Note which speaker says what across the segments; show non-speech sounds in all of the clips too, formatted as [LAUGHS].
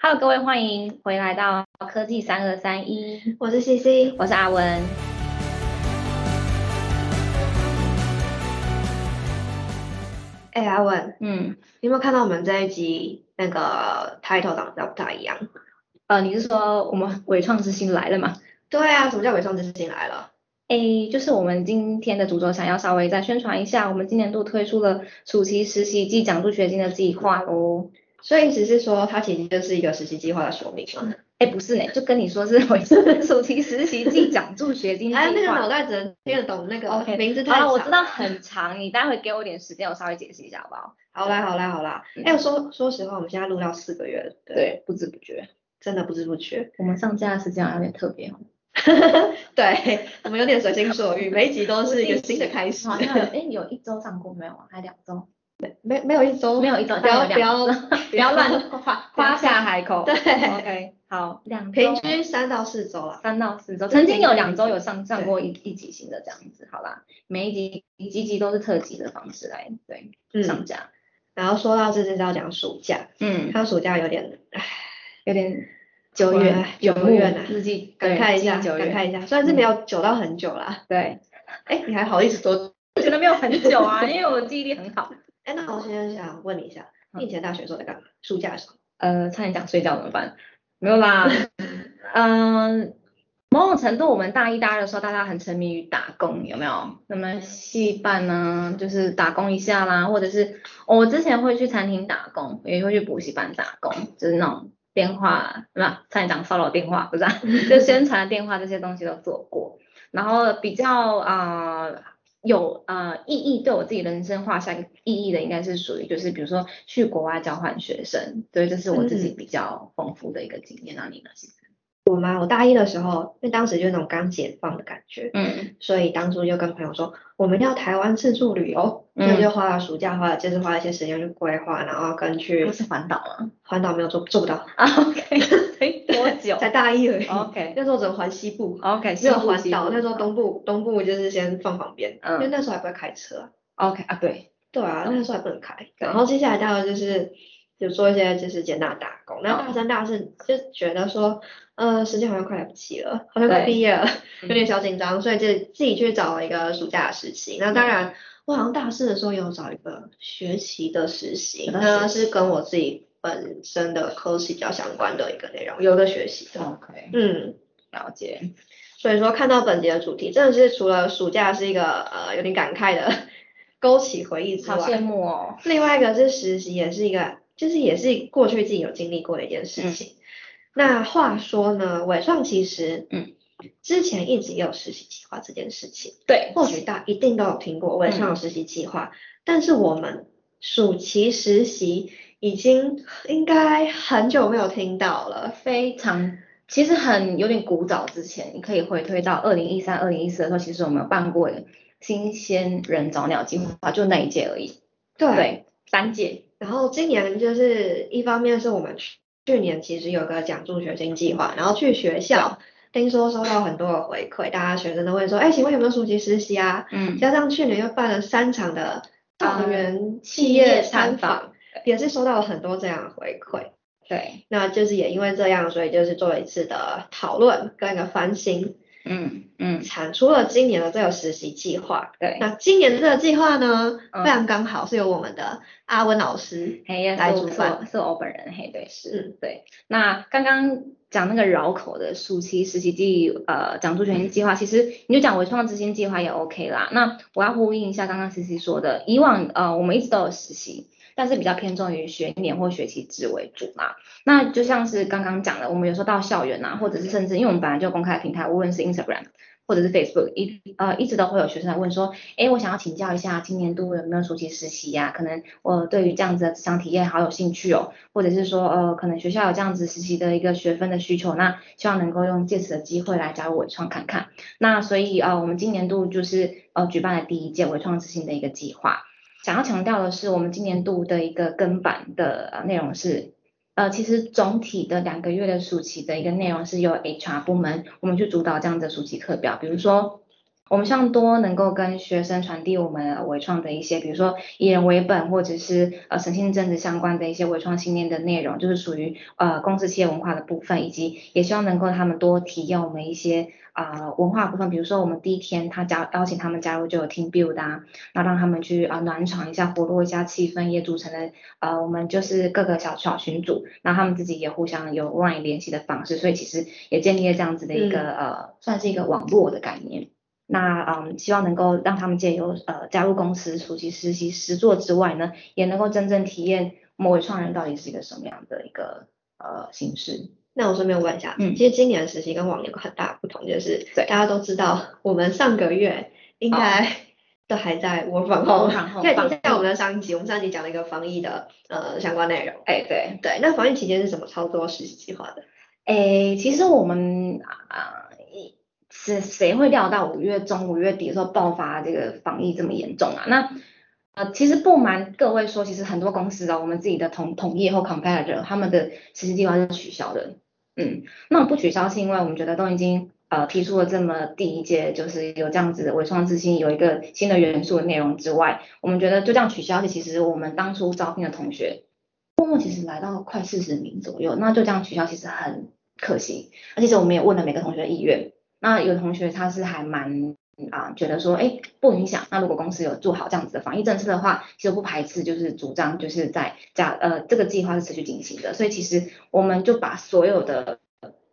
Speaker 1: Hello，各位，欢迎回来到科技三二三一，
Speaker 2: 我是 CC，
Speaker 1: 我是阿文。
Speaker 2: 哎、阿文，
Speaker 1: 嗯，
Speaker 2: 你有没有看到我们这一集那个 title 长得不太一样？
Speaker 1: 呃，你是说我们伟创之星来了嘛？
Speaker 2: 对啊，什么叫伪装之星来了？
Speaker 1: 诶，就是我们今天的主轴想要稍微再宣传一下，我们今年度推出了暑期实习暨奖助学金的计划喽。
Speaker 2: 所以只是说它其实就是一个实习计划的说明嘛。
Speaker 1: 哎，不是呢，就跟你说是伟创的暑期实习暨奖助学金计划。 [LAUGHS]
Speaker 2: 哎，那个脑袋只能听得懂那个
Speaker 1: OK，
Speaker 2: 名字太
Speaker 1: 好
Speaker 2: 长。
Speaker 1: 了，我知道很长，你待会给我点时间，我稍微解释一下好不好？
Speaker 2: 好啦好啦好啦，
Speaker 1: 嗯
Speaker 2: 哎、我说说实话，我们现在录到四个月了，
Speaker 1: [LAUGHS]
Speaker 2: 对，
Speaker 1: 对，不知不觉，
Speaker 2: 真的不知不觉。
Speaker 1: 我们上架的时间好像有点特别哦。
Speaker 2: 对， [LAUGHS] 我们有点随心所欲，每一集都是一个新的开始。
Speaker 1: 好像有哎，有一周上过没有啊？还两周？
Speaker 2: 没没有一周，
Speaker 1: 没有一周，
Speaker 2: 不要
Speaker 1: 但有
Speaker 2: 不
Speaker 1: 两
Speaker 2: 要
Speaker 1: 周不要 [LAUGHS] 乱
Speaker 2: 花
Speaker 1: 夸下海口。
Speaker 2: 对
Speaker 1: OK，好，两周
Speaker 2: 平均三到四周啦。
Speaker 1: 三到四周，曾经有两周有上上过一一集新的这样子，好啦，每一集一集都是特辑的方式来对、
Speaker 2: 嗯，
Speaker 1: 上架，
Speaker 2: 然后说到这就是要讲暑假，
Speaker 1: 嗯，
Speaker 2: 他暑假有点
Speaker 1: 有点久远
Speaker 2: 哎久远啊
Speaker 1: 日记
Speaker 2: 感慨一
Speaker 1: 对
Speaker 2: 下，
Speaker 1: 日记久
Speaker 2: 感
Speaker 1: 远
Speaker 2: 慨一下，虽然是没
Speaker 1: 嗯
Speaker 2: 有久到很久啦，
Speaker 1: 对，
Speaker 2: 哎，你还好意思说？
Speaker 1: 我觉得没有很久啊，因为我记忆力很好，
Speaker 2: 哎，那我现在想问你一下，
Speaker 1: 嗯
Speaker 2: 你以前大学的时候在干嘛？暑假的时候？
Speaker 1: 呃，差点讲睡觉怎么办？没有 [LAUGHS] 啦，嗯、某种程度，我们大一、大二的时候，大家很沉迷于打工，有没有？那么戏办呢，就是打工一下啦，或者是、哦我之前会去餐厅打工，也会去补习班打工，就是那种电话，什么差点讲骚扰电话，不是、啊， [LAUGHS] 就宣传电话这些东西都做过。然后比较啊、呃有呃意义，对我自己人生画下一个意义的，应该是属于就是比如说去国外交换学生，对，这是我自己比较丰富的一个经验。那你呢？
Speaker 2: 我吗？我大一的时候，因为当时就是那种刚解放的感觉，
Speaker 1: 嗯
Speaker 2: 所以当初就跟朋友说我们要台湾自助旅游，
Speaker 1: 嗯
Speaker 2: 所以就花了暑假，花了就是花了一些时间去规划，然后跟去
Speaker 1: 不是环岛吗？
Speaker 2: 环岛没有做做不到，
Speaker 1: 啊，OK，所 [LAUGHS]
Speaker 2: [LAUGHS]
Speaker 1: 以多久
Speaker 2: 才大一而已。
Speaker 1: ？OK 哦
Speaker 2: 那时候只能环西部，
Speaker 1: OK，
Speaker 2: 没有环岛。那时候东部东部就是先放旁边，因为
Speaker 1: 嗯
Speaker 2: 那时候还不会开车啊。
Speaker 1: OK 啊，对，
Speaker 2: 对啊，
Speaker 1: 嗯
Speaker 2: 那时候还不能开。然后接下来大概就是有做一些就是简单的打工。
Speaker 1: 嗯
Speaker 2: 然后大三、大四就觉得说，呃，时间好像快来不及了，好像快
Speaker 1: 对
Speaker 2: 毕业了，
Speaker 1: 嗯
Speaker 2: 有点小紧张，所以就自己去找了一个暑假的实习。那
Speaker 1: 嗯
Speaker 2: 当然，我好像大四的时候有找一个学期的实习，
Speaker 1: 有个实
Speaker 2: 那
Speaker 1: 嗯
Speaker 2: 是跟我自己本身的科系比较相关的一个内容，有一个学习的。
Speaker 1: OK，
Speaker 2: 嗯，
Speaker 1: 了解。
Speaker 2: 所以说，看到本节的主题，真的是除了暑假是一个呃有点感慨的 [LAUGHS] 勾起回忆之
Speaker 1: 好羡
Speaker 2: 外，
Speaker 1: 慕哦。
Speaker 2: 另外一个是实习，也是一个就是也是过去自己有经历过的一件事
Speaker 1: 嗯
Speaker 2: 情。那话说呢，伟创其实
Speaker 1: 嗯
Speaker 2: 之前一直也有实习计划这件事情，
Speaker 1: 对，嗯
Speaker 2: 或许大一定都有听过伟创有实习计划，但是我们暑期实习已经应该很久没有听到了。
Speaker 1: 非常，其实很有点古早之前，你可以回推到二零一三、二零一四的时候，其实我们有办过新鲜人早鸟计划，就那一届而已。对，三届。
Speaker 2: 然后今年就是一方面是我们去去年其实有个奖助学金计划，然后去学校，听说收到很多的回馈，大家学生都会说，哎，请问有没有暑期实习啊？
Speaker 1: 嗯，
Speaker 2: 加上去年又办了三场的校园
Speaker 1: 企
Speaker 2: 企
Speaker 1: 业
Speaker 2: 业
Speaker 1: 参
Speaker 2: 参访，也是收到了很多这样的回馈。
Speaker 1: 对，
Speaker 2: 那就是也因为这样，所以就是做了一次的讨论跟一个翻新，
Speaker 1: 嗯嗯，
Speaker 2: 产出了今年的这个实习计划。
Speaker 1: 对。
Speaker 2: 那今年的这个计划呢，
Speaker 1: 嗯
Speaker 2: 非常刚好是由我们的阿温老师
Speaker 1: 嘿，也
Speaker 2: 来
Speaker 1: 哎是
Speaker 2: 煮
Speaker 1: 我是
Speaker 2: 饭
Speaker 1: 我是我本人，嘿，对，是
Speaker 2: 嗯，
Speaker 1: 对。那刚刚讲那个绕口的暑期实习季，呃，讲助学金计划，其实你就讲微创之星计划也 OK 啦。那我要呼应一下刚刚实习说的，以往呃我们一直都有实习，但是比较偏重于学年或学期制为主啦。那就像是刚刚讲的，我们有时候到校园啊，或者是甚至因为我们本来就有公开的平台，无论是 Instagram。或者是 Facebook 一呃一直都会有学生来问说，哎，我想要请教一下今年度有没有暑期实习呀、可能我对于这样子的职场体验好有兴趣哦，或者是说呃，可能学校有这样子实习的一个学分的需求，那希望能够用借此的机会来加入伟创看看。那所以呃，我们今年度就是呃举办了第一届伟创之星的一个计划。想要强调的是，我们今年度的一个跟版的、呃、内容是，呃，其实总体的两个月的暑期的一个内容是由 HR 部门我们去主导这样的暑期课表，比如说。我们希望多能够跟学生传递我们呃微创的一些，比如说以人为本，或者是呃诚信正直相关的一些微创信念的内容，就是属于呃公司企业文化的部分，以及也希望能够他们多体验我们一些呃文化部分，比如说我们第一天他加邀请他们加入就有 team build 啊，然后让他们去啊、呃暖场一下，活络一下气氛，也组成了呃我们就是各个小小群组，然后他们自己也互相有 LINE 联系的方式，所以其实也建立了这样子的一个、呃算是一个网络的概念。那嗯，希望能够让他们借由呃加入公司暑期实习实作之外呢，也能够真正体验某位创人到底是一个什么样的一个呃形式。
Speaker 2: 那我顺便问一下，
Speaker 1: 嗯
Speaker 2: 其实今年的实习跟往年有个很大的不同，就是
Speaker 1: 对哦
Speaker 2: 大家都知道，我们上个月应该、都还在 work from
Speaker 1: work
Speaker 2: home，
Speaker 1: from home，
Speaker 2: 可以听
Speaker 1: 防
Speaker 2: 一
Speaker 1: 疫
Speaker 2: 下我们的上一集，我们上一集讲了一个防疫的呃相关内容。
Speaker 1: 哎，对，
Speaker 2: 对，那防疫期间是怎么操作实习计划的？
Speaker 1: 哎，其实我们啊、一是谁会料到五月中、五月底的时候爆发这个防疫这么严重啊？那呃，其实不瞒各位说，其实很多公司啊，我们自己的同同业或 competitor，他们的实习计划是取消的。嗯，那我不取消是因为我们觉得都已经呃提出了这么第一届，就是有这样子的微创之星有一个新的元素的内容之外，我们觉得就这样取消，而且其实我们当初招聘的同学，默默其实来到快四十名左右，那就这样取消其实很可惜。那其实我们也问了每个同学的意愿，那有同学他是还蛮啊、觉得说，哎，不影响。那如果公司有做好这样子的防疫政策的话，其实我不排斥，就是主张就是在加呃这个计划是持续进行的。所以其实我们就把所有的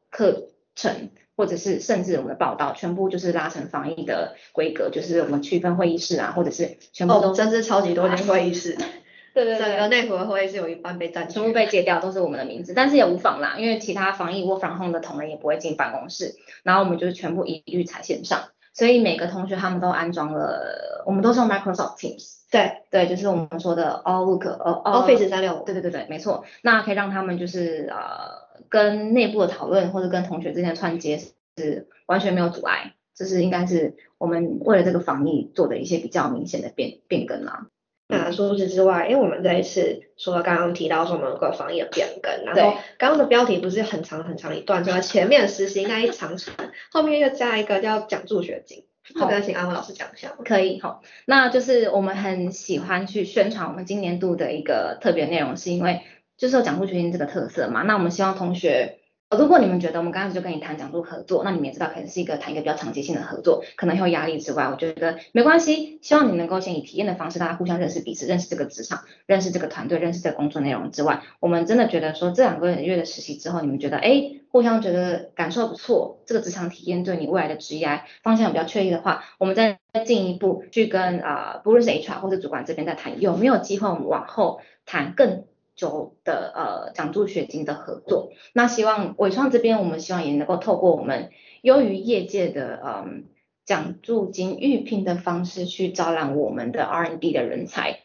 Speaker 1: 课程或者是甚至我们的报道，全部就是拉成防疫的规格，就是我们区分会议室啊，或者是全部都、
Speaker 2: 哦，真是超级多间会议室，
Speaker 1: [LAUGHS] 对
Speaker 2: 整个内湖的会议室有一半被占据
Speaker 1: 全。部被戒掉，都是我们的名字，但是也无妨啦，因为其他防疫 work from home 的同仁也不会进办公室，然后我们就是全部一律采线上，所以每个同学他们都安装了，我们都是用 Microsoft Teams，
Speaker 2: 对
Speaker 1: 对，就是我们说的 Outlook，呃呃
Speaker 2: ，Office 三六五。
Speaker 1: 对对对对，没错，那可以让他们就是呃跟内部的讨论或者跟同学之间的串接是完全没有阻碍，这是应该是我们为了这个防疫做的一些比较明显的变变更啦。
Speaker 2: 那除此之外，因为我们这一次除了刚刚提到说我们有个防疫的变更，然
Speaker 1: 对
Speaker 2: 后刚刚的标题不是很长很长一段，说前面实习那一长串，后面又加一个叫奖助学金，这
Speaker 1: 好
Speaker 2: 个请安文老师讲一下吗。
Speaker 1: 可以好，那就是我们很喜欢去宣传我们今年度的一个特别内容，是因为就是有讲助学金这个特色嘛。那我们希望同学，呃如果你们觉得我们刚开始就跟你谈讲助合作，那你们也知道可能是一个谈一个比较长期性的合作，可能会有压力之外，我觉得没关系。希望你能够先以体验的方式，大家互相认识彼此，认识这个职场，认识这个团队，认识这个工作内容之外，我们真的觉得说这两个月的实习之后，你们觉得哎，诶互相觉得感受不错，这个职场体验对你未来的职业方向比较确立的话，我们再进一步去跟啊、呃不论是 HR 或者主管这边再谈，有没有机会我们往后谈更久的呃奖助学金的合作。那希望伟创这边，我们希望也能够透过我们优于业界的嗯奖助金预聘的方式去招揽我们的 R&D 的人才，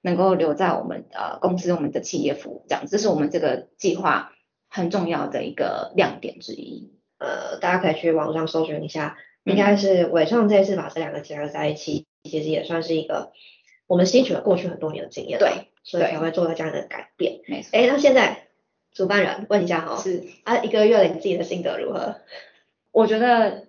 Speaker 1: 能够留在我们呃公司我们的企业服务，这样这是我们这个计划很重要的一个亮点之一。
Speaker 2: 呃，大家可以去网上搜寻一下，
Speaker 1: 嗯
Speaker 2: 应该是伟创这一次把这两个结合在一起，其实也算是一个我们吸取了过去很多年的经验，
Speaker 1: 对，
Speaker 2: 所以
Speaker 1: 对
Speaker 2: 才会做了这样的改变。
Speaker 1: 没错，
Speaker 2: 哎，那现在主办人问一下哦，
Speaker 1: 是
Speaker 2: 啊，一个月了，你自己的心得如何？
Speaker 1: 我觉得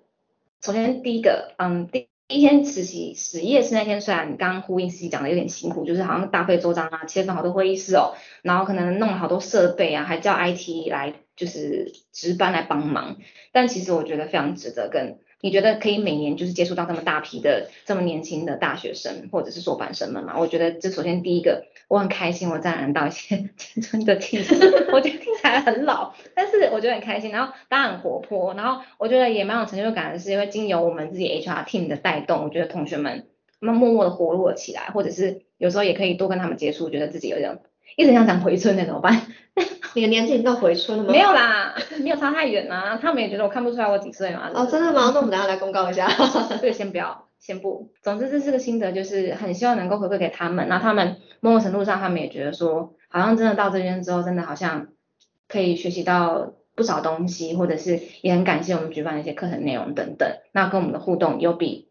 Speaker 1: 首先第一个，嗯，第第一天实习实业是那天，虽然你刚刚呼应实习讲的有点辛苦，就是好像大费周章啊，切分好多会议室哦，然后可能弄了好多设备啊，还叫 IT 来就是值班来帮忙，但其实我觉得非常值得跟。你觉得可以每年就是接触到这么大批的这么年轻的大学生或者是硕班生们嘛？我觉得这首先第一个，我很开心，我沾染到一些 [LAUGHS] 青春的气息，我觉得听起来很老，但是我觉得很开心，然后大家很活泼，然后我觉得也蛮有成就感的是，因为经由我们自己 HR team 的带动，我觉得同学们他们默默的活络起来，或者是有时候也可以多跟他们接触，觉得自己有点一直想想回春的怎么办？
Speaker 2: 你的年纪已经到回春了
Speaker 1: [LAUGHS]
Speaker 2: 吗？
Speaker 1: 没有啦， [LAUGHS] 没有差太远啦，他们也觉得我看不出来我几岁嘛。
Speaker 2: 哦，真的吗？那我们等一下来公告一
Speaker 1: [LAUGHS]
Speaker 2: 下。
Speaker 1: 这个哦先不要，先不。总之这是个心得，就是很希望能够回馈给他们，那他们某种程度上，他们也觉得说，好像真的到这边之后，真的好像可以学习到不少东西，或者是也很感谢我们举办的一些课程内容等等。那跟我们的互动有比。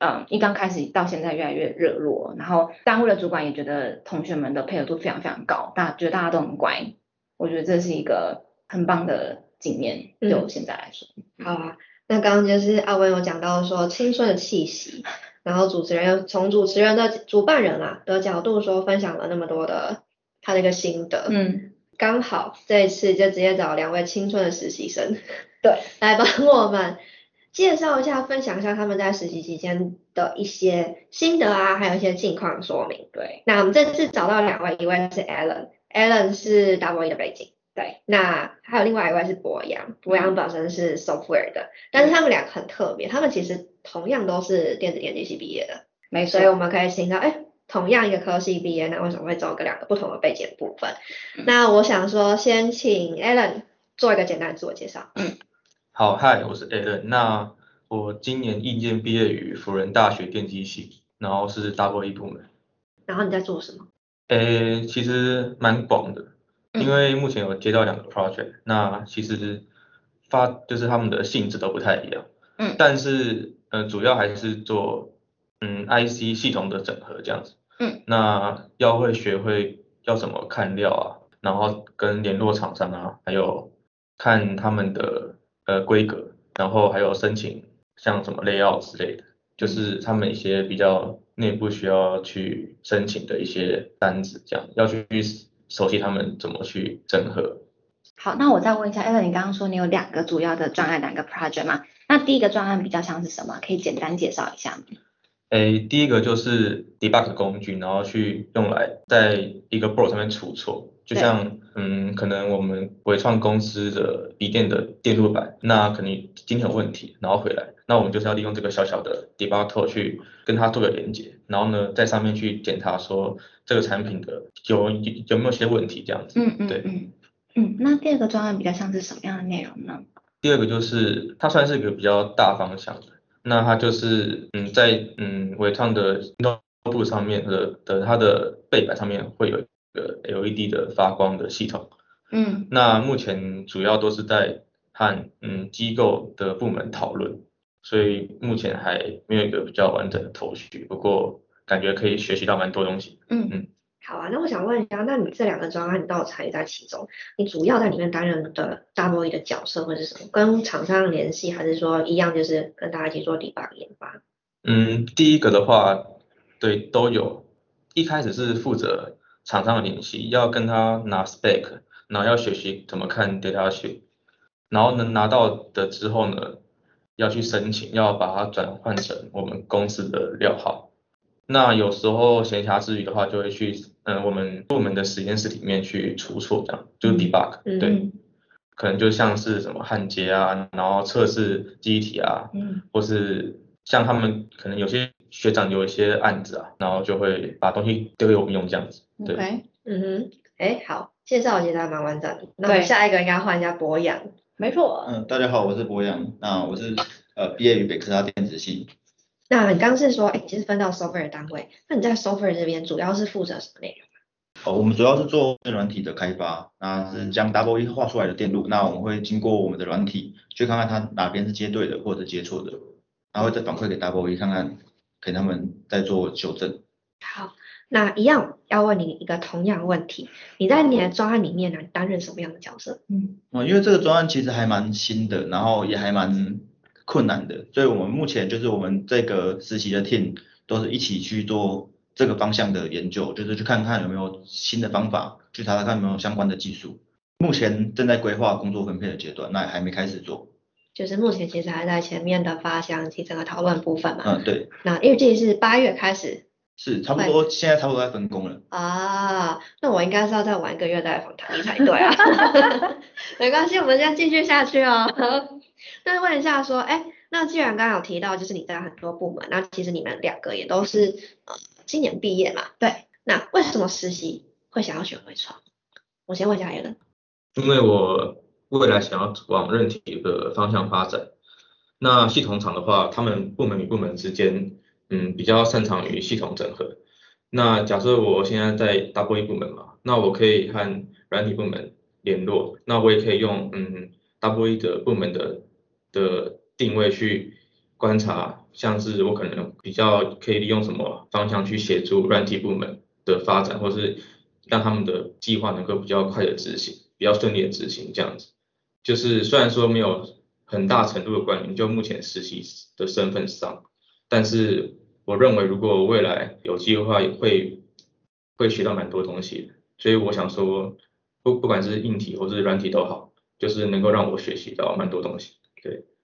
Speaker 1: 嗯，一刚开始到现在越来越热络，然后单位的主管也觉得同学们的配合度非常非常高，大觉得大家都很乖，
Speaker 2: 嗯
Speaker 1: 我觉得这是一个很棒的经验，对我现在来说。
Speaker 2: 好啊，那那刚刚就是阿文有讲到说青春的气息，然后主持人从主持人的主办人啊的角度说分享了那么多的他的一个心得，，
Speaker 1: 嗯，
Speaker 2: 刚好这一次就直接找两位青春的实习生，
Speaker 1: 对，
Speaker 2: [LAUGHS] 来帮我们介绍一下，分享一下他们在实习期间的一些心得啊，还有一些近况说明。
Speaker 1: 对，
Speaker 2: 那我们这次找到两位，一位是 Alan，Alan 是 Double E 的背景，
Speaker 1: 对。
Speaker 2: 那还有另外一位是博洋，博洋本身是 software 的，但是他们两个很特别，他们其实同样都是电子电机系毕业的，
Speaker 1: 没错
Speaker 2: 所以，我们可以听到，哎，同样一个科系毕业，那为什么会走个两个不同的背景部分？
Speaker 1: 嗯
Speaker 2: 那我想说，先请 Alan 做一个简单的自我介绍。
Speaker 3: 好，嗨，我是 Alan。那我今年应届毕业于辅仁大学电机系，然后是 Double E 部门。
Speaker 2: 然后你在做什么？
Speaker 3: 诶，呃其实蛮广的，因
Speaker 1: 嗯
Speaker 3: 为目前有接到两个 project，那其实发就是他们的性质都不太一样。
Speaker 1: 嗯
Speaker 3: 但是呃，主要还是做嗯 IC 系统的整合这样子。
Speaker 1: 嗯。
Speaker 3: 那要会学会要怎么看料啊，然后跟联络厂商啊，还有看他们的呃规格，然后还有申请像什么 layout 之类的。就是他们一些比较内部需要去申请的一些单子，这样要去熟悉他们怎么去整合。
Speaker 1: 好，那我再问一下 a l a n 你刚刚说你有两个主要的专案，两个 project 嘛？那第一个专案比较像是什么？可以简单介绍一下吗？
Speaker 3: 诶，第一个就是 debug 工具，然后去用来在一个 board 上面出错，就
Speaker 1: 对
Speaker 3: 像嗯，可能我们微创公司的笔电的电路板，那可能今天有问题，然后回来，那我们就是要利用这个小小的 debug tool 去跟它做个连接，然后呢，在上面去检查说这个产品的有有没有些问题这样子。
Speaker 1: 嗯嗯
Speaker 3: 对
Speaker 1: 嗯嗯，那第二个专案比较像是什么样的内容呢？
Speaker 3: 第二个就是它算是一个比较大方向的，那它就是嗯在嗯伟创的 notebook 上面的的它的背板上面会有一个 LED 的发光的系统，
Speaker 1: 嗯
Speaker 3: 那目前主要都是在和嗯机构的部门讨论，所以目前还没有一个比较完整的头绪，不过感觉可以学习到蛮多东西。
Speaker 1: 嗯
Speaker 2: 好啊，那我想问一下，那你这两个专案你都有参与在其中，你主要在里面担任的 Double E 的角色会是什么？跟厂商联系，还是说一样就是跟大家一起做 debug 研发？
Speaker 3: 嗯，第一个的话，对，都有。一开始是负责厂商的联系，要跟他拿 spec，然后要学习怎么看 data sheet，然后能拿到的之后呢，要去申请，要把它转换成我们公司的料号。那有时候闲暇之余的话，就会去嗯我们部门的实验室里面去出错，这样就是
Speaker 1: 嗯
Speaker 3: debug，对，
Speaker 2: 嗯
Speaker 3: 可能就像是什么焊接啊，然后测试机体啊，
Speaker 1: 嗯
Speaker 3: 或是像他们可能有些学长有一些案子啊，然后就会把东西丢给我们用这样子。对
Speaker 1: ，OK，
Speaker 2: 嗯哼，哎，好，介绍其实还蛮完整的。那我
Speaker 1: 对
Speaker 2: 们下一个应该换一下博洋。
Speaker 1: 没错。
Speaker 4: 嗯，大家好，我是博洋，那我是呃毕业于北科大电子系，
Speaker 2: 那你刚刚是说，哎，其实分到 software 单位，那你在 software 这边主要是负责什么内容？
Speaker 4: 哦，我们主要是做软体的开发，那是将 Double E 画出来的电路，那我们会经过我们的软体去看看它哪边是接对的或者接错的，然后再反馈给 Double E 看看，给他们再做修正。
Speaker 2: 好，那一样要问你一个同样的问题，你在你的专案里面呢，你担任什么样的角色？
Speaker 1: 嗯
Speaker 4: 嗯，因为这个专案其实还蛮新的，然后也还蛮困难的，所以我们目前就是我们这个实习的 team 都是一起去做这个方向的研究，就是去看看有没有新的方法，去查查看有没有相关的技术。目前正在规划工作分配的阶段，那也还没开始做。
Speaker 2: 就是目前其实还在前面的发想及整个讨论部分嘛。
Speaker 4: 嗯，对，
Speaker 2: 那预计是八月开始
Speaker 4: 是差不多，现在差不多在分工了。
Speaker 2: 啊，那我应该是要再玩一个月再来访谈你才对 [LAUGHS] 啊。没关系，我们先继续下去哦。 [LAUGHS] 那问一下说，哎，那既然刚刚有提到，就是你在很多部门，那其实你们两个也都是呃今年毕业嘛？
Speaker 1: 对。
Speaker 2: 那为什么实习会想要选微创？我先问一下 a l
Speaker 3: 因为我未来想要往韧体的方向发展，那系统厂的话，他们部门与部门之间，嗯，比较擅长于系统整合。那假设我现在在 Double E 部门嘛，那我可以和软体部门联络，那我也可以用嗯 Double E 的部门的的定位去观察，像是我可能比较可以利用什么方向去协助软体部门的发展，或是让他们的计划能够比较快的执行，比较顺利的执行这样子。就是虽然说没有很大程度的关联，就目前实习的身份上。但是我认为，如果未来有机会的话，也会会学到蛮多东西的。所以我想说，不不管是硬体或是软体都好，就是能够让我学习到蛮多东西。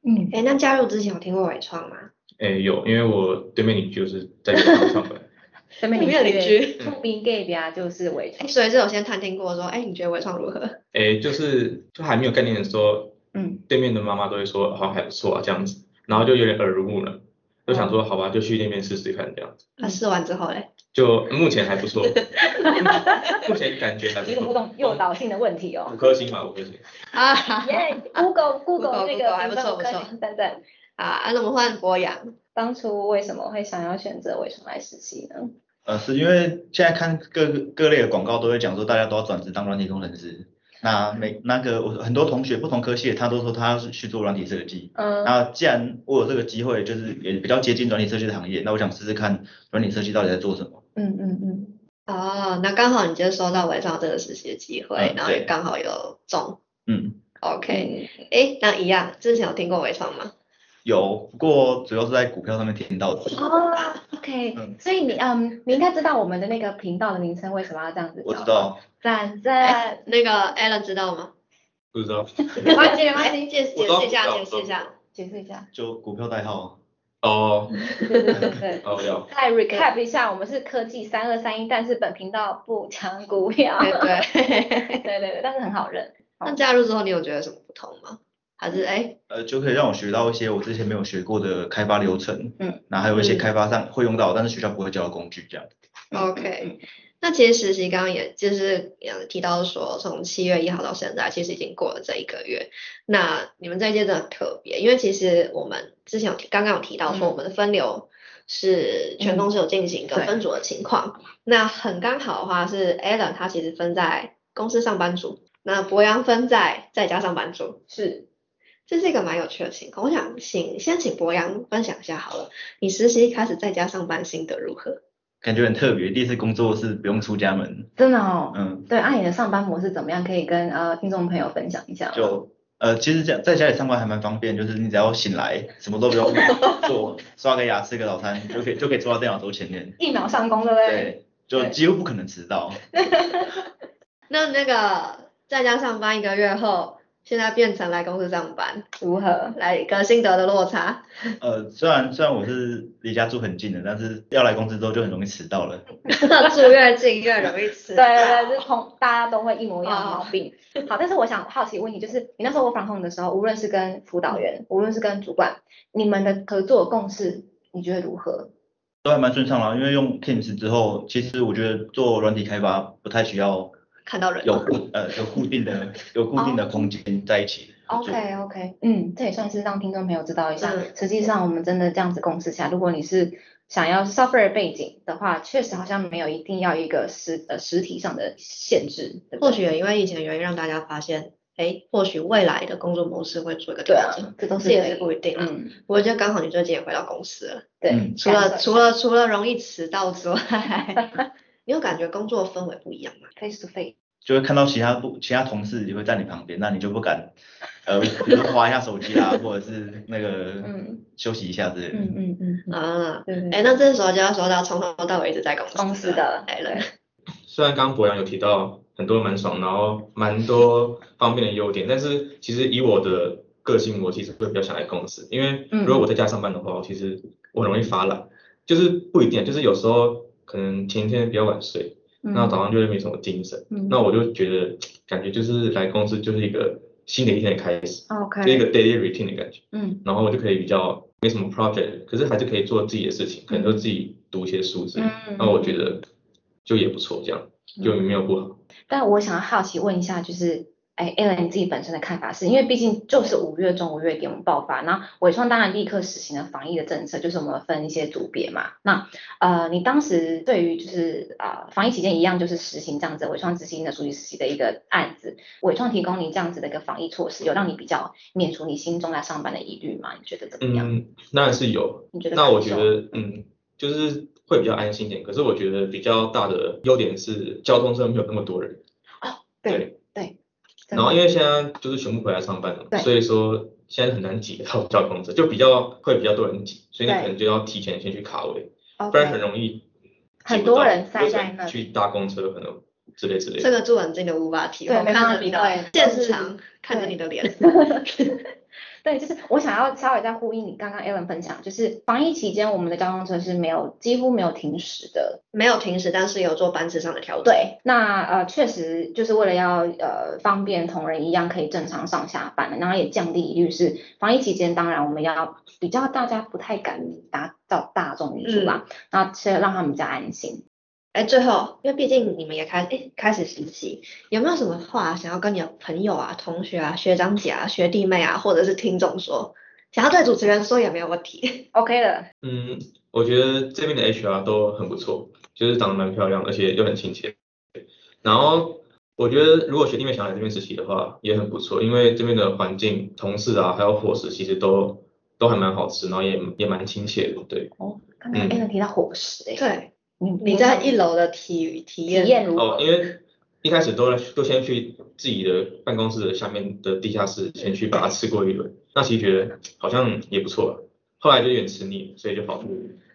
Speaker 1: 嗯，
Speaker 2: 哎，那加入之前有听过伟创吗？
Speaker 3: 诶，有，因为我对面邻居就是在这边上班。
Speaker 1: 对面
Speaker 2: 没有邻居。
Speaker 1: [LAUGHS] 出名 gay 比啊，就是为
Speaker 2: 哎，所以是有先探听过说，哎，你觉得伟创如何？
Speaker 3: 诶，就是就还没有概念的时候，
Speaker 1: 嗯，
Speaker 3: 对面的妈妈都会说，好、还不错啊这样子，然后就有点耳濡目染，就想说好吧，就去那边试试看这样子，
Speaker 2: 那试完之后嘞？
Speaker 3: 就目前还不错，目前感觉
Speaker 2: 哎
Speaker 3: 还不
Speaker 1: 有点不
Speaker 3: 错，
Speaker 2: 嗯
Speaker 1: 懂诱导性的问题哦
Speaker 3: 五。颗星吧，五颗星。
Speaker 2: [LAUGHS] 啊，
Speaker 1: [LAUGHS]
Speaker 2: 好
Speaker 1: 耶，Google Google 那
Speaker 2: Google，
Speaker 1: 个
Speaker 2: 还
Speaker 1: 评
Speaker 2: 不
Speaker 1: 分
Speaker 2: 错
Speaker 1: 五
Speaker 2: 不
Speaker 1: 颗
Speaker 2: 错
Speaker 1: 星等等，
Speaker 2: 啊，那我们换博洋。
Speaker 1: 当初为什么会想要选择伟创来实习呢？
Speaker 4: 呃，是因为现在看各个各类的广告都会讲说，大家都要转职当软体工程师。那每那个我很多同学不同科系的，他都说他要去做软体设计。
Speaker 1: 嗯
Speaker 4: 那既然我有这个机会，就是也比较接近软体设计的行业，那我想试试看软体设计到底在做什么。
Speaker 1: 嗯嗯嗯，
Speaker 2: 哦，那刚好你就收到伟创这个实习的机会，
Speaker 4: 嗯
Speaker 2: 然后也
Speaker 4: 对
Speaker 2: 刚好有中。
Speaker 4: 嗯，
Speaker 2: OK，
Speaker 1: 对，
Speaker 2: 哎，那一样，之前有听过伟创吗？
Speaker 4: 有，不过主要是在股票上面听到的。
Speaker 1: 哦，OK，
Speaker 4: 嗯
Speaker 1: 所以你嗯，你应该知道我们的那个频道的名称为什么要这样子。
Speaker 4: 我知，道，
Speaker 1: 赞赞，
Speaker 2: 那个 Alan 知道吗？哎
Speaker 3: 不知道
Speaker 2: 没关系，没 [LAUGHS] 关系，解解
Speaker 3: 我知道
Speaker 2: 释一下，
Speaker 3: 我
Speaker 2: 解
Speaker 3: 知道
Speaker 2: 释一下。
Speaker 1: 解释一
Speaker 4: [LAUGHS]
Speaker 1: 下。
Speaker 4: 就股票代号。
Speaker 3: 哦
Speaker 1: 对对对对。
Speaker 3: 哦要
Speaker 1: 再 recap 一下，我们是科技三二三一，但是本频道不讲股票。
Speaker 2: 对 [LAUGHS] 对。
Speaker 1: [LAUGHS]
Speaker 2: [LAUGHS]
Speaker 1: 对对对，但是很好认。
Speaker 2: 那加入之后，你有觉得什么不同吗？还是哎，
Speaker 4: 呃，就可以让我学到一些我之前没有学过的开发流程，
Speaker 1: 嗯，
Speaker 4: 然后还有一些
Speaker 2: 嗯
Speaker 4: 开发上会用到，但是学校不会教的工具这样。
Speaker 2: OK，那其实实习刚刚也就是也提到说，从七月一号到现在，其实已经过了这一个月。那你们这一届真的很特别，因为其实我们之前有提刚刚有提到说，
Speaker 1: 嗯
Speaker 2: 我们的分流是全公司有进行一个
Speaker 1: 对
Speaker 2: 分组的情况。那很刚好的话是 Alan 他其实分在公司上班族，那博洋分在在家上班族。
Speaker 1: 是，
Speaker 2: 这是一个蛮有趣的情况，我想请先请博洋分享一下好了，你实习开始在家上班心得如何？
Speaker 4: 感觉很特别，第一次工作是不用出家门，
Speaker 1: 真的哦。
Speaker 4: 嗯，
Speaker 1: 对，按、你的上班模式怎么样？可以跟呃听众朋友分享一下吗。
Speaker 4: 就呃，其实这样在家里上班还蛮方便，就是你只要醒来，什么都不用做，刷个牙，吃个早餐，就可以就可以坐到电脑桌前面，
Speaker 1: 一秒上工，对不对？
Speaker 4: 对，就几乎不可能迟
Speaker 1: [LAUGHS]
Speaker 4: 到。
Speaker 2: 那那个在家上班一个月后，现在变成来公司上班，
Speaker 1: 如何？
Speaker 2: 来一个心得的落
Speaker 1: [LAUGHS]
Speaker 2: 差，
Speaker 4: 呃，虽然虽然我是离家住很近的，但是要来公司之后就很容易迟到了。
Speaker 1: 嗯
Speaker 2: 住越近越容易迟
Speaker 1: [LAUGHS] 对
Speaker 2: 到。
Speaker 1: 对
Speaker 2: [LAUGHS]
Speaker 1: 对，就是同大家都会一模一
Speaker 2: 哦
Speaker 1: 样的毛病。好，但是我想好奇问你，就是你那时候我访问的时候，无论是跟辅导员，无论是跟主管，你们的合作共识，你觉得如何？
Speaker 4: 都还蛮顺畅啦，因为用 Teams 之后，其实我觉得做软体开发不太需要
Speaker 2: 看到人
Speaker 4: 有固呃有固定的有固
Speaker 1: 哦
Speaker 4: 定的空间在一起合作。
Speaker 1: OK OK，嗯，这也算是让听众朋友知道一下。
Speaker 2: 嗯
Speaker 1: 实际上，我们真的这样子共识下，如果你是想要 software 背景的话，确实好像没有一定要一个实呃实体上的限制，对不
Speaker 2: 或
Speaker 1: 对
Speaker 2: 许也因为疫情的原因，让大家发现，哎，或许未来的工作模式会做一个
Speaker 1: 对
Speaker 2: 调
Speaker 1: 啊
Speaker 2: 整。，
Speaker 1: 这都是
Speaker 2: 这也
Speaker 1: 可
Speaker 2: 是
Speaker 1: 以
Speaker 2: 不一定啊
Speaker 1: 嗯，
Speaker 2: 不过就刚好你最近也回到公司了，
Speaker 1: 对，
Speaker 4: 嗯
Speaker 2: 除
Speaker 1: 感
Speaker 2: 了
Speaker 1: 受
Speaker 2: 除了除了容易迟到之外， [LAUGHS] 你有感觉工作氛围不一样吗？
Speaker 1: face to face，
Speaker 4: 就会看到其他不其他同事也会在你旁边，那你就不敢，呃，比如划一下手机啊，或者是那个
Speaker 1: 嗯
Speaker 4: 休息一下之类的。
Speaker 1: 嗯嗯嗯嗯，
Speaker 2: 啊，
Speaker 1: 对对
Speaker 2: 哎，那这时候就要说到从头到尾一直在公司
Speaker 1: 公司的
Speaker 2: 哎，对。
Speaker 3: 虽然刚刚博洋有提到很多蛮爽，然后蛮多方面的优点，但是其实以我的个性，我其实会比较想来公司，因为
Speaker 1: 嗯
Speaker 3: 如果我在家上班的话，我其实我很容易发懒，就是不一定，就是有时候可能前一天比较晚睡，那早上就会没什么精神，
Speaker 1: 嗯
Speaker 3: 那我就觉得感觉就是来公司就是一个新的一天的开始，就一
Speaker 1: OK，
Speaker 3: 个 daily routine 的感觉，
Speaker 1: 嗯
Speaker 3: 然后我就可以比较没什么 project，可是还是可以做自己的事情，可能就自己读一些书之类的，
Speaker 1: 嗯，
Speaker 3: 那我觉得就也不错，这样就也没有不好。
Speaker 1: 但我想好奇问一下，就是哎 a l n 你自己本身的看法是，因为毕竟就是五月中五月底我们爆发，那伟创当然立刻实行了防疫的政策，就是我们分一些组别嘛。那呃，你当时对于就是啊、呃防疫期间一样就是实行这样子伟创执行的暑期实习的一个案子，伟创提供你这样子的一个防疫措施，有让你比较免除你心中来上班的疑虑吗？你觉得怎么样？
Speaker 3: 嗯，当然是有。
Speaker 1: 你觉得
Speaker 3: 那
Speaker 1: 感
Speaker 3: 我觉
Speaker 1: 受
Speaker 3: 得，嗯，就是会比较安心一点。可是我觉得比较大的优点是交通上没有那么多人。
Speaker 1: 对
Speaker 3: 对
Speaker 1: 对，真
Speaker 3: 然后
Speaker 1: 的
Speaker 3: 因为现在就是全部回来上班了嘛，
Speaker 1: 对
Speaker 3: 所以说现在很难挤到交通车，就比较会比较多人挤，所以你
Speaker 1: 对
Speaker 3: 可能就要提前先去卡位，不然
Speaker 1: OK，
Speaker 3: 很容易
Speaker 1: 很
Speaker 3: 挤不到
Speaker 1: 多人塞
Speaker 3: 或者
Speaker 1: 在那里
Speaker 3: 去搭公车可能之类之类
Speaker 2: 这
Speaker 3: 的。
Speaker 2: 个助人真的无法体
Speaker 1: 对
Speaker 2: 会，我
Speaker 1: 没
Speaker 2: 看
Speaker 1: 办
Speaker 2: 着
Speaker 1: 法
Speaker 2: 你
Speaker 1: 体
Speaker 2: 的
Speaker 1: 会
Speaker 2: 现
Speaker 1: 就是
Speaker 2: 场，看着
Speaker 1: 对
Speaker 2: 你的脸，
Speaker 1: [LAUGHS] 对，就是我想要稍微再呼应你刚刚 Alan 分享，就是防疫期间我们的交通车是没有几乎没有停驶的，
Speaker 2: 没有停止，但是有做班次上的调整。
Speaker 1: 对，那呃确实就是为了要呃方便同仁一样可以正常上下班，然后也降低疑虑是防疫期间，当然我们要比较大家不太敢搭到大众运输
Speaker 2: 嗯
Speaker 1: 吧，那这让他们比较安心。
Speaker 2: 哎，最后，因为毕竟你们也开哎开始实习，有没有什么话想要跟你的朋友啊、同学啊、学长姐啊、学弟妹啊，或者是听众说？想要对主持人说也没有问题。 [LAUGHS]
Speaker 1: OK 的，
Speaker 3: 嗯，我觉得这边的 HR 都很不错，就是长得蛮漂亮，而且又很亲切。然后我觉得如果学弟妹想来这边实习的话，也很不错，因为这边的环境、同事啊，还有伙食其实都都还蛮好吃，然后也也蛮亲切的，对。
Speaker 1: 哦，刚刚
Speaker 3: 嗯
Speaker 1: Alan 提到伙食、欸，
Speaker 2: 对，
Speaker 1: 你
Speaker 2: 你在一楼的体体
Speaker 1: 体
Speaker 2: 验
Speaker 1: 验如
Speaker 3: 哦
Speaker 1: 何，？
Speaker 3: 因为一开始都都先去自己的办公室的下面的地下室先去把它吃过一轮，那其实觉得好像也不错啊。后来就有点吃腻了，所以就跑去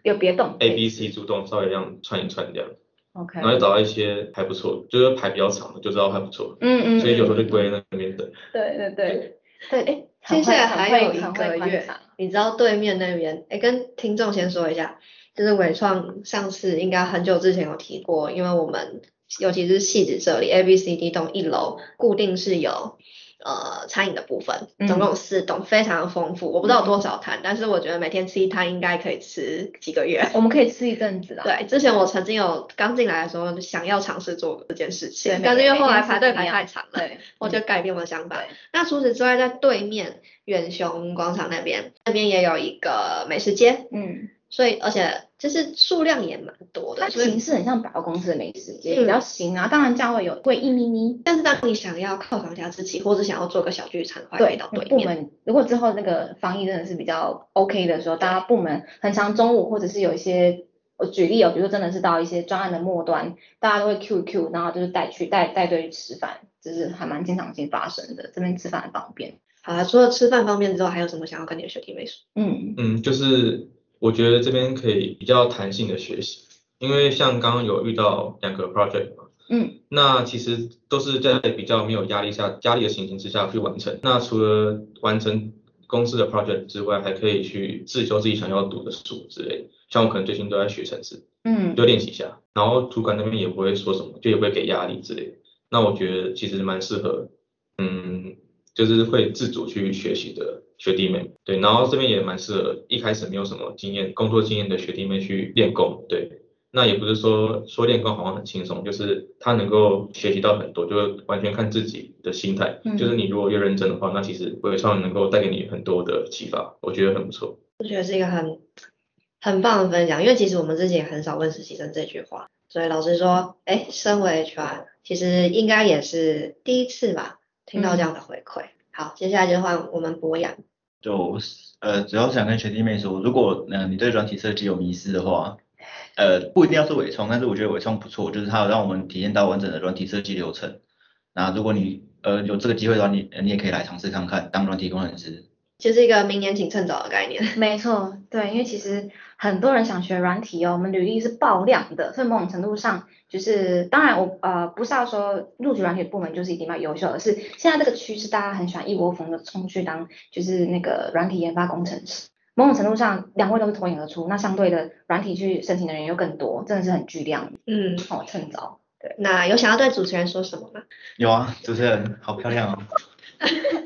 Speaker 1: 有别动
Speaker 3: A、B、C 主动稍微这样串一串这样，
Speaker 1: OK，
Speaker 3: 然后就找到一些还不错，就是排比较长的就知道还不错，
Speaker 1: 嗯嗯，
Speaker 3: 所以有时
Speaker 1: 嗯
Speaker 3: 候就不会在那边等。
Speaker 1: 对对对对，哎，
Speaker 2: 接
Speaker 1: 很
Speaker 2: 下
Speaker 1: 会
Speaker 2: 来
Speaker 1: 很
Speaker 2: 还
Speaker 1: 会
Speaker 2: 有一
Speaker 1: 很
Speaker 2: 个
Speaker 1: 会观
Speaker 2: 月
Speaker 1: 察，
Speaker 2: 你知道对面那边，哎，跟听众先说一下，就是伟创上次应该很久之前有提过，因为我们尤其是戏子这里 A、B、C、D 栋一楼固定是有呃餐饮的部分，总
Speaker 1: 嗯
Speaker 2: 共有四栋，非常丰富。我不知道有多少摊，但是我觉得每天吃一摊应该可以吃几个月。
Speaker 1: 我们可以吃一阵子啦。
Speaker 2: 对，之前我曾经有刚进来的时候想要尝试做这件事情
Speaker 1: 对，每
Speaker 2: 但是因为
Speaker 1: 每
Speaker 2: 后
Speaker 1: 天
Speaker 2: 来
Speaker 1: 吃
Speaker 2: 排
Speaker 1: 不
Speaker 2: 队
Speaker 1: 一
Speaker 2: 排
Speaker 1: 样
Speaker 2: 太长了，
Speaker 1: 对，
Speaker 2: [LAUGHS] 我就改变我的想法
Speaker 1: 嗯对。
Speaker 2: 那除此之外，在对面远雄广场那边，那边也有一个美食街，
Speaker 1: 嗯，
Speaker 2: 所以而且就是数量也蛮多
Speaker 1: 它
Speaker 2: 的，所
Speaker 1: 形
Speaker 2: 以
Speaker 1: 式很像百货公司的美食街，
Speaker 2: 嗯
Speaker 1: 比较行啊。当然价位有贵一咪咪，
Speaker 2: 但是当你想要犒赏一下自己，或者想要做个小聚餐的话，可
Speaker 1: 对
Speaker 2: 以
Speaker 1: 嗯
Speaker 2: 到对
Speaker 1: 部
Speaker 2: 面。
Speaker 1: 门如果之后那个防疫真的是比较 OK 的时候，大家部门很常中午或者是有一些。我举例哦，比如说真的是到一些专案的末端，大家都会 QQ，然后就是带去带带队去吃饭，就是还蛮经常性发生的。这边吃饭很方便，
Speaker 2: 好了，除了吃饭方面之后，还有什么想要跟你的学弟妹说？
Speaker 1: 嗯，
Speaker 3: 嗯，就是我觉得这边可以比较弹性的学习，因为像刚刚有遇到两个 project 嘛，
Speaker 1: 嗯，
Speaker 3: 那其实都是在比较没有压力下、压力的情形之下去完成。那除了完成公司的 project 之外，还可以去自修自己想要读的书之类的。像我可能最近都在学程式，
Speaker 1: 嗯，
Speaker 3: 就练习一下，然后主管那边也不会说什么，就也不会给压力之类的。那我觉得其实蛮适合，嗯，就是会自主去学习的学弟妹，对，然后这边也蛮适合一开始没有什么经验、工作经验的学弟妹去练功，对。那也不是说说练功好像很轻松，就是他能够学习到很多，就是完全看自己的心态。
Speaker 1: 嗯
Speaker 3: 就是你如果越认真的话，那其实微创能够带给你很多的启发，我觉得很不错。
Speaker 2: 我觉得是一个很很棒的分享，因为其实我们之前也很少问实习生这句话，所以老师说，哎，身为 HR，其实应该也是第一次吧，听到这样的回馈。
Speaker 1: 嗯
Speaker 2: 好，接下来就换我们博洋。
Speaker 4: 就呃，主要想跟学弟妹说，如果呃你对软体设计有迷失的话，呃不一定要是伟创，但是我觉得伟创不错，就是它有让我们体验到完整的软体设计流程。那如果你呃有这个机会的话，你呃你也可以来尝试看看当软体工程师。
Speaker 2: 就是一个明年请趁早的
Speaker 1: [LAUGHS]
Speaker 2: 概念。
Speaker 1: 没错，对，因为其实很多人想学软体哦，我们履历是爆量的，所以某种程度上就是，当然我呃不是要说录取软体部门就是一定要优秀，而是现在这个趋势，大家很喜欢一窝蜂的冲去当就是那个软体研发工程师，某种程度上两位都是脱颖而出，那相对的软体去申请的人又更多，真的是很巨量
Speaker 2: 嗯，
Speaker 1: 哦，趁早。
Speaker 2: 那有想要对主持人说什么吗？
Speaker 4: 有啊，主持人好漂亮哦。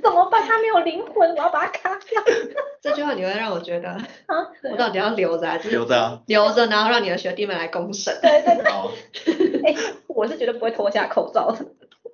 Speaker 1: 怎么办？他没有灵魂，我要把他卡掉。
Speaker 2: 这句话你会让我觉得，
Speaker 1: 啊
Speaker 2: [LAUGHS] 我到底要留着还是
Speaker 4: 留着啊
Speaker 2: 留着，然后让你的学弟们来公审。
Speaker 1: 对对
Speaker 4: 好，
Speaker 1: 哎、我是绝对不会脱下口罩的。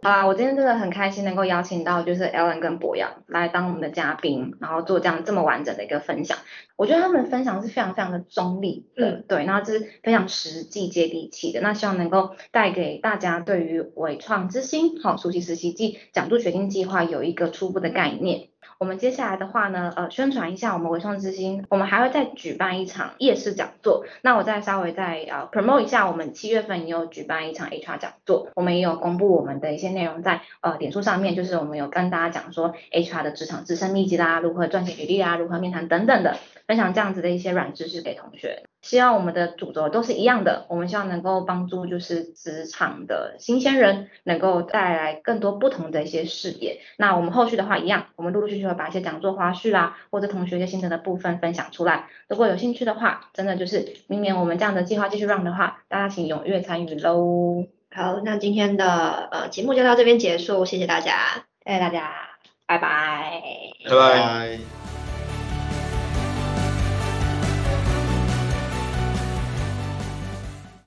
Speaker 1: 好啊，我今天真的很开心能够邀请到就是 Ellen 跟博洋来当我们的嘉宾，然后做这样这么完整的一个分享。我觉得他们的分享是非常非常的中立的，
Speaker 2: 嗯
Speaker 1: 对，然后这是非常实际接地气的。那希望能够带给大家对于伟创之星、好暑期实习季奖助学金计划有一个初步的概念。我们接下来的话呢，呃，宣传一下我们微创之星，我们还会再举办一场夜市讲座。那我再稍微再呃 promote 一下，我们七月份也有举办一场 HR 讲座，我们也有公布我们的一些内容在呃脸书上面，就是我们有跟大家讲说 HR 的职场自身秘籍啦，如何撰写履历啊，如何面谈等等的，分享这样子的一些软知识给同学。希望我们的主轴都是一样的，我们希望能够帮助就是职场的新鲜人，能够带来更多不同的一些视野。那我们后续的话一样，我们陆陆续续会把一些讲座花絮啦，或者同学一些心得的部分分享出来。如果有兴趣的话，真的就是明年我们这样的计划继续 run 的话，大家请踊跃参与喽！
Speaker 2: 好，那今天的呃节目就到这边结束，谢谢大家。
Speaker 1: 谢谢大家，拜拜。
Speaker 3: 拜拜。
Speaker 4: 拜